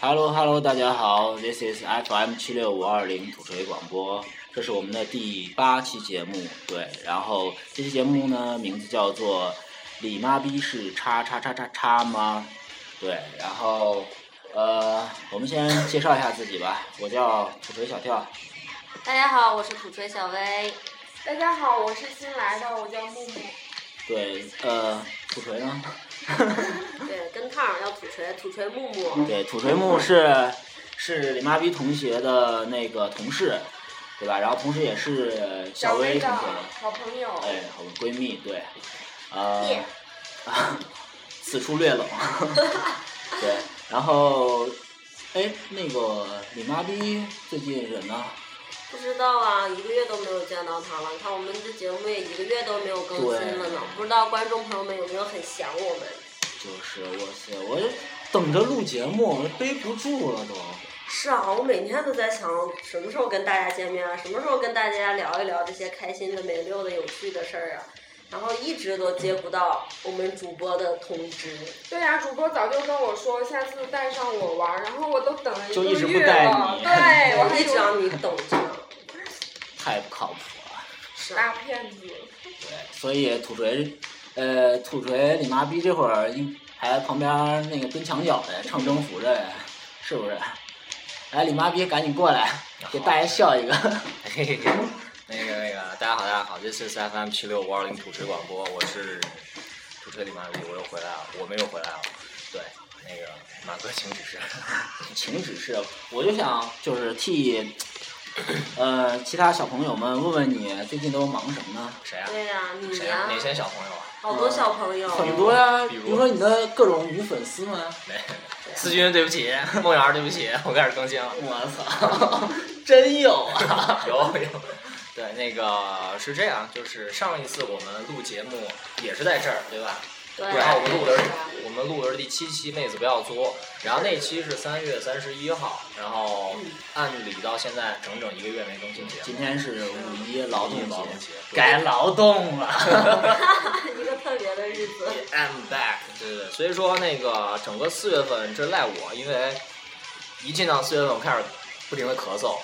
Hello Hello，大家好，This is FM 七六五二零土锤广播，这是我们的第八期节目，对，然后这期节目呢名字叫做“李妈逼是叉叉叉叉叉吗”，对，然后呃，我们先介绍一下自己吧，我叫土锤小跳，大家好，我是土锤小薇。大家好，我是新来的，我叫木木。对，呃，土锤呢？对，跟趟儿要土锤，土锤木木。对，土锤木是是李妈逼同学的那个同事，对吧？然后同时也是小薇薇同的学的。好朋友。哎，好闺蜜，对，呃耶，啊 此处略冷，对，然后，哎，那个李妈逼最近人呢？不知道啊，一个月都没有见到他了。你看我们这节目也一个月都没有更新了呢对，不知道观众朋友们有没有很想我们？就是哇塞，我这等着录节目，我这背不住了都。是啊，我每天都在想什么时候跟大家见面啊，什么时候跟大家聊一聊这些开心的、没溜的、有趣的事儿啊。然后一直都接不到我们主播的通知，对呀、主播早就跟我说下次带上我玩儿，然后我都等了一就个一直不月带了。你对，我还一直让有你等着呢。太不靠谱了。是啊大骗子。对，所以土锤，呃，土锤李妈逼这会儿一还旁边那个蹲墙角的唱征服着嘞，是不是？来，李妈逼赶紧过来，给大家笑一个。嘿嘿嘿， 那个那个，大家好，大家好，This is FM 七六五二零土锤广播，我是土锤李马丽，我又回来了，我们又回来了，对，那个马哥请指示，请指示，我就想就是替，呃，其他小朋友们问问你最近都忙什么呢？谁啊？对呀、你谁呀、啊？哪些小朋友啊？好多小朋友，嗯很多呀、比如比如说你的各种女粉丝们。没， 思君对不起，梦瑶对不起，我开始更新了。我操，真 有啊！有有，对，那个是这样，就是上一次我们录节目也是在这儿，对吧？对，然后我们录的是我们录的是第七期《妹子不要作》，然后那期是三月三十一号，然后按理到现在整整一个月没更新节今目，天是五一劳动劳节，节，该劳动了。 一个特别的日子。 I'm back，对对对，所以说那个整个四月份这赖我，因为一进到四月份我开始不停的咳嗽，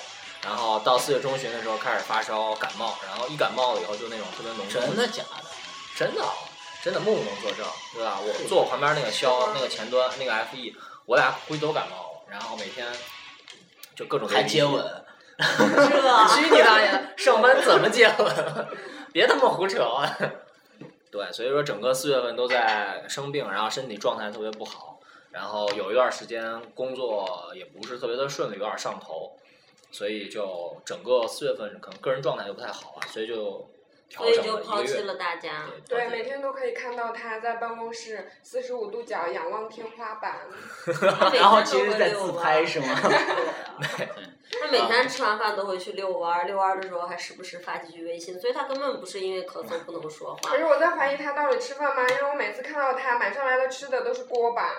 然后到四月中旬的时候开始发烧感冒，然后一感冒了以后就那种特别浓重真的假的？真的真的木木能作证，对吧？我坐我旁边那个嗯肖，那个前端那个 FE，我俩估计都感冒了，然后每天就各种流还鼻接涕吻，是吧去你 大爷！上班怎么接吻？ 别他妈胡扯 啊！对，所以说整个四月份都在生病，然后身体状态特别不好，然后有一段时间工作也不是特别的顺利，有点上头，所以就整个四月份可能个人状态就不太好吧，所以就 调所以整就了抛一弃个月。了大家。对，每天都可以看到他在办公室四十五度角仰望天花板。然后其实在自拍是吗？他每天吃完饭都会去遛弯儿，遛弯儿的时候还时不时发几句微信，所以他根本不是因为咳嗽不能说话 可。是我在怀疑他到底吃饭吗？因为我每次看到他买上来的吃的都是锅巴。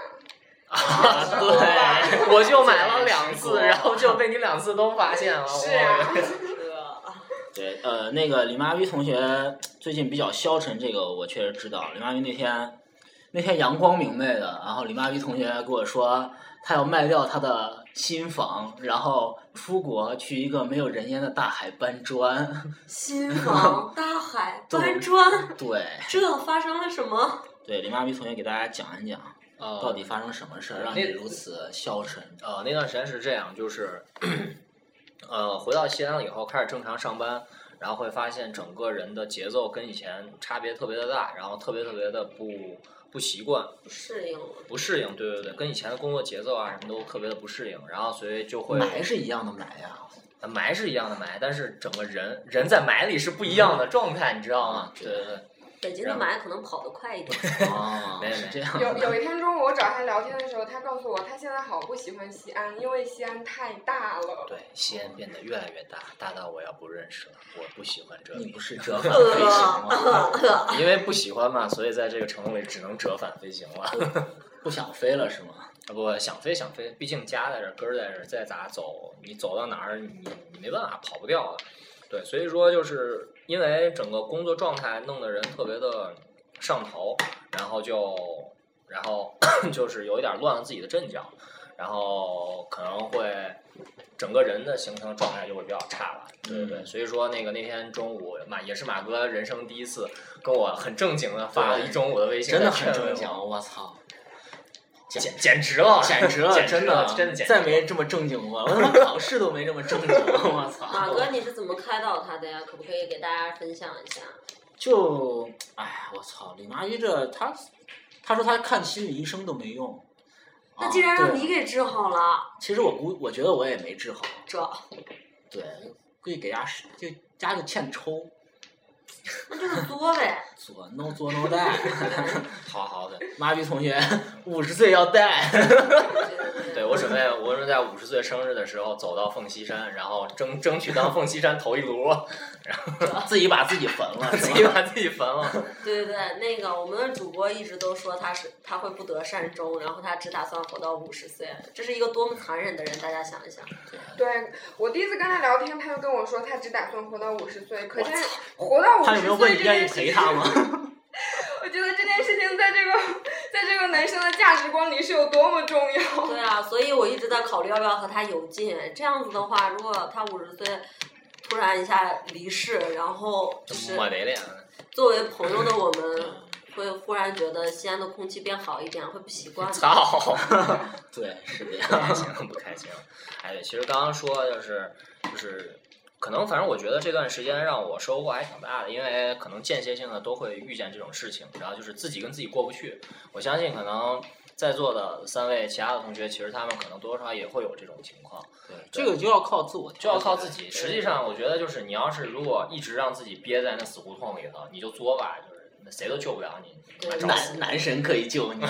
啊，对，我就买了两是次，啊然后就被你两次都发现了。是啊。对，呃，那个李妈咪同学最近比较消沉，这个我确实知道。李妈咪那天那天阳光明媚的，然后李妈咪同学跟我说，她要卖掉她的新房，然后出国去一个没有人烟的大海搬砖。 新房、大海、搬砖，对，这发生了什么？对，李妈咪同学给大家讲一讲，呃到底发生什么事儿让你如此消沉？呃，那段时间是这样，就是，呃，回到西安了以后，开始正常上班，然后会发现整个人的节奏跟以前差别特别的大，然后特别特别的不不习惯，不适应了。不适应，对对对，跟以前的工作节奏啊什么都特别的不适应，然后所以就会埋是一样的埋 呀、呃埋是一样的埋，但是整个人人在埋里是不一样的状态，你知道吗？对对对，北京的霾可能跑得快一点。 哦，没有没有是这样有有的。一天中午我找他聊天的时候，他告诉我他现在好不喜欢西安，因为西安太大了。对，西安变得越来越大，大到我要不认识了，我不喜欢这你里不。是折返飞行吗？ 呃因为不喜欢嘛，所以在这个城市里只能折返飞行了。不想飞了是 吗？啊不，想飞想飞，毕竟家在这儿，根儿在这儿，再咋走，你走到哪儿，你你没办法，跑不掉的。对，所以说就是因为整个工作状态弄得人特别的 上头，然后就然后就是有一点乱了自己的阵脚，然后可能会整个人的形成状态就会比较差吧。对对对，嗯所以说那个那天中午马也是马哥人生第一次跟我很正经的发了一中午的微信，真的在很劝慰正我经，，我操， 简简直了，简直了，简真了的真的简直了再没这么正经过，我他妈考试都没这么正经，我操！马哥，你是怎么开导他的呀？可不可以给大家分享一下？就，哎，我操，李麻衣这他，他说他看心理医生都没用。那啊既然让对你给治好了，其实我估，我觉得我也没治好，这对，估计给家是就家就欠抽，那就是作呗。左 no 左 no 带， 好好的。麻痹同学五十岁要带， 对我准备，我准备在五十岁生日的时候走到凤栖山，然后争争取当凤栖山头一炉，自己把自己焚了， 自自己己把自己焚了。对对对，那个我们的主播一直都说他是他会不得善终，然后他只打算活到五十岁，这是一个多么残忍的人，大家想一想。对我第一次跟他聊天，他就跟我说他只打算活到五十岁，可见活到五他十有没有问岁你这愿件意事陪情，他吗？ 我觉得这件事情在这个在这个男生的价值观里是有多么重 要。对啊，所以我一直在考虑要不要和他有劲。这样子的话，如果他五十岁突然一下离世，然后就是我得练，作为朋友的我们，会忽然觉得西安的空气变好一点，会不习惯的。操！对，是这不开样。心，不开心。哎，对，其实刚刚说就是就是，可能反正我觉得这段时间让我收获还挺大的，因为可能间歇性的都会遇见这种事情，然后就是自己跟自己过不去。我相信可能在座的三位其他的同学，其实他们可能多多少少也会有这种情况，对，这个就要靠自我，就要靠自己。实际上，我觉得就是你要是如果一直让自己憋在那死胡同里头，你就作吧，就是那谁都救不了你。对找死男男神可以救你。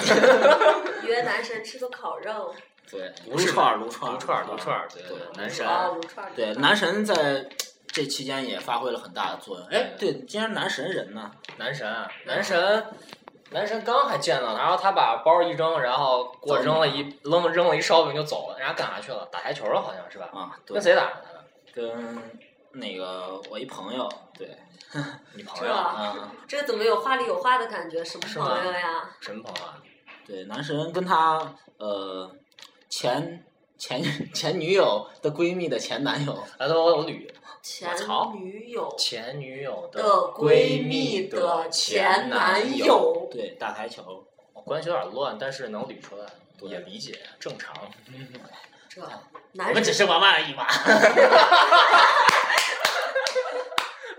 约男神吃个烤肉，对，不撸是串儿，撸串儿，撸串儿，撸串儿，对对对，男神，啊，撸串儿。对，男神在这期间也发挥了很大的作用。哎，对对，今天男神人呢？男神，男神，男神刚还见到他，然后他把包一扔，然后给我走你扔了一扔扔了一烧饼就走了，然后干啥去了？打台球了好像是吧？啊，对跟，谁打的呢？跟那个我一朋友，对，你朋这友？啊，这怎么有话里有话的感觉？什么是吗朋友呀？什么朋友啊？对，男神跟他呃前前前女友的闺蜜的前男友，来，我我哎捋前操女友前女友的的闺蜜的前男友。对，打台球，我关系有点乱，但是能捋出来，对也理解，正常。这我男们只神是玩玩而已嘛。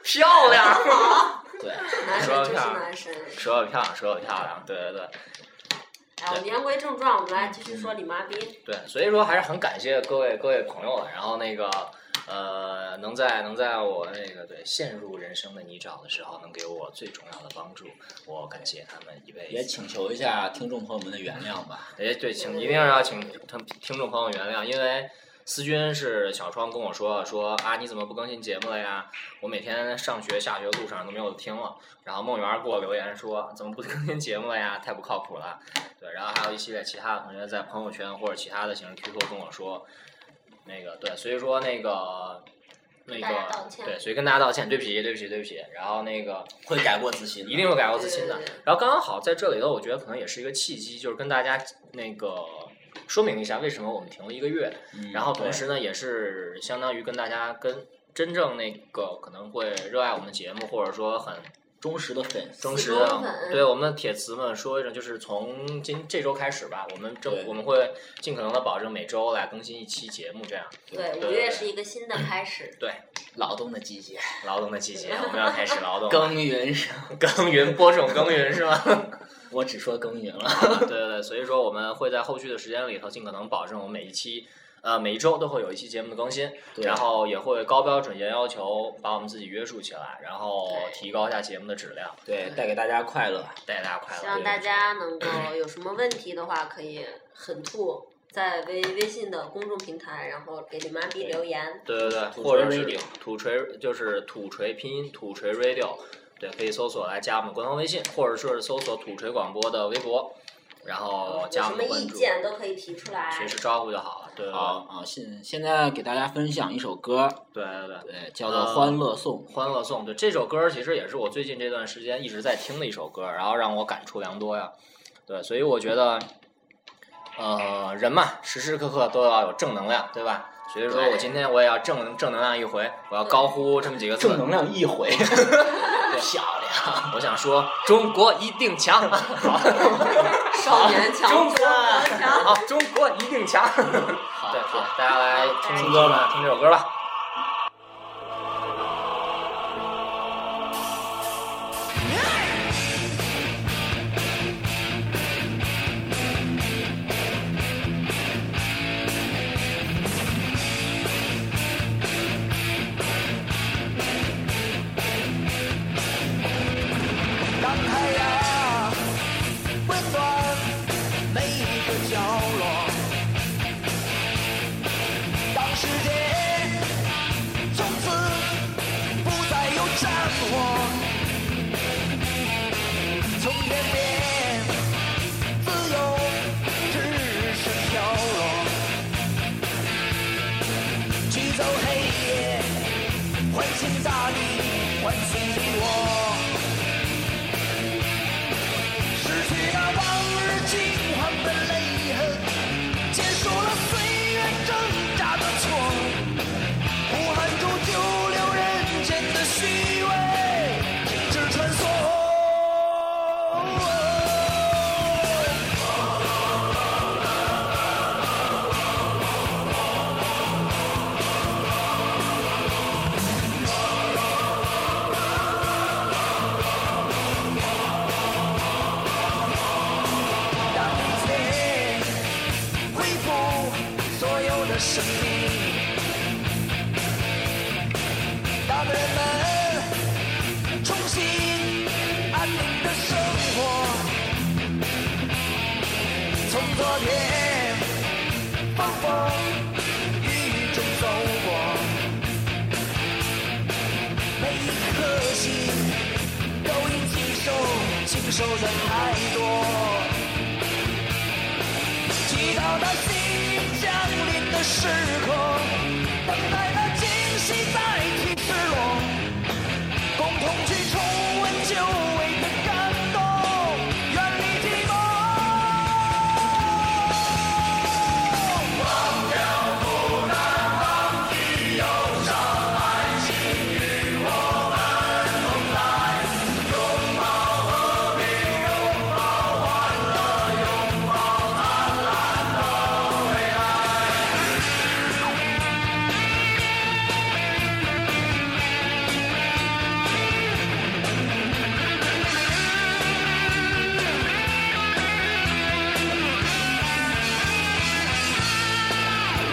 漂亮，对，男神说就是一下男神。说的漂亮，说的漂亮，对对对。哎，我们言归正传，我们来继续嗯说李妈逼。对，所以说还是很感谢各位各位朋友的。然后那个呃，能在能在我那个对陷入人生的泥沼的时候，能给我最重要的帮助，我感谢他们一辈也子。请求一下听众朋友们的原谅吧。哎，对，请一定要请他们听众朋友原谅，因为。思君是小窗跟我说说啊，你怎么不更新节目了呀？我每天上学、下学路上都没有听了。然后梦圆给我留言说，怎么不更新节目了呀？太不靠谱了。对，然后还有一系列其他的同学在朋友圈或者其他的形式 QQ 跟我说，那个对，所以说那个那大家道个歉对，所以跟大家道歉，对不起，对不起，对不起。然后那个会改过自新的，一定会改过自新的对对对。然后刚刚好在这里头，我觉得可能也是一个契机，就是跟大家那个说明一下为什么我们停了一个月，嗯。然后对同时呢，也是相当于跟大家跟真正那个可能会热爱我们的节目，或者说很忠实的粉丝，忠实啊死忠的粉对我们的铁磁们说一声，就是从今这周开始吧，我们这对我们会尽可能的保证每周来更新一期节目，这样对，对五月是一个新的开始。对劳动的季节，劳动的季节，我们要开始劳动了，耕耘是，耕耘播种耕耘是吗？我只说耕耘了。对对对，所以说我们会在后续的时间里头，尽可能保证我们每一期。呃，每一周都会有一期节目的更新，对然后也会高标准、严要求，把我们自己约束起来，然后对提高一下节目的质量，对，带给大家快乐。带大家快乐。希望大家能够有什么问题的话，可以很吐在微微信的公众平台，然后给李妈逼留言。对对对，土或者锤是 radio 土锤，就是土锤拼音土锤 radio，对，可以搜索来加我们官方微信，或者是搜索土锤广播的微博，然后有哦加什我么们关意注，见啊都可以提出来。随时招呼就好了。对对好啊，现现在给大家分享一首歌，对对对对。对，叫做《欢乐颂》。欢乐颂，对这首歌儿其实也是我最近这段时间一直在听的一首歌儿，然后让我感触良多呀。对，所以我觉得呃，人嘛，时时刻刻都要有正能量，对吧？所以说我今天我也要正正能量一回，我要高呼这么几个字。正能量一回，漂亮！我想说，中国一定 强！好，少年强， 中啊国啊国强。好，中国一定强！ 好对，好，大家来听听歌吧，听这首歌吧。当太阳温暖每一个角落，当世界从此不再有战火，从天边自由只是飘落，驱走黑夜，唤醒大地，唤醒我。失去了往日金黄的泪痕，结束了岁月挣扎的错，呼喊出九流人间的虚伪，停止穿梭。当一切恢复所有的生命，当人们重新安定的生活，从昨天风风雨中走过，每一颗心都因亲手亲手的太多。祈祷那新降临的时刻，等待那惊喜代替失落，共同去重温久违的感动，远离寂寞。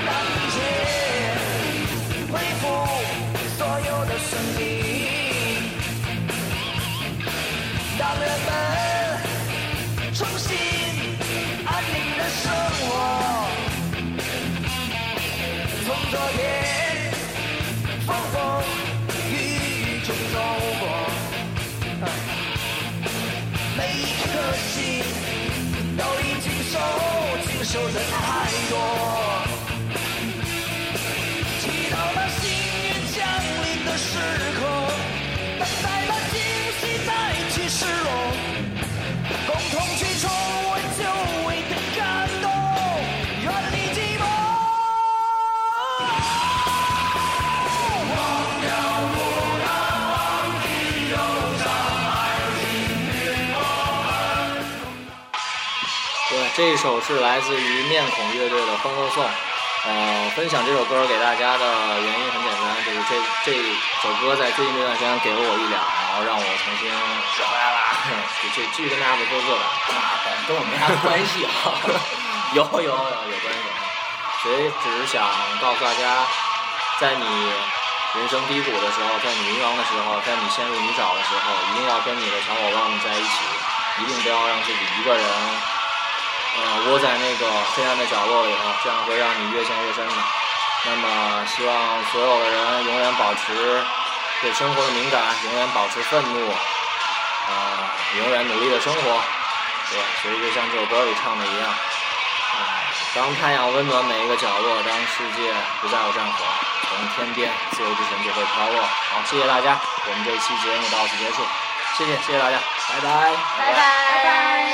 当一切恢复所有的生命，当人们重新安宁的生活，从昨天风风雨雨中走过，每一颗心都已经受经受着太多。祈祷那幸运降临的时刻，等待那惊喜代替失落，共同去重温久违的感动，远离寂寞。对，这一首是来自于面孔乐队的《欢歌颂》。呃，分享这首歌给大家的原因很简单，就是这这首歌在最近这段时间给了我力量，然后让我重新活来 了。就这继续跟大家做做吧。啊，跟我没啥关系 啊。有有有有关系，啊所以只是想告诉大家，在你人生低谷的时候，在你迷茫的时候，在你陷入泥沼的时候，一定要跟你的小伙伴们在一起，一定不要让自己一个人，呃，窝在那个黑暗的角落里头，这样会让你越陷越深的。那么，希望所有的人永远保持对生活的敏感，永远保持愤怒，啊、永远努力的生活。对，所以就像这首歌里唱的一样。哎，当太阳温暖每一个角落，当世界不再有战火，从天边自由之神就会飘落。好，谢谢大家，我们这一期节目到此结束，谢谢，谢谢大家，拜拜，拜拜。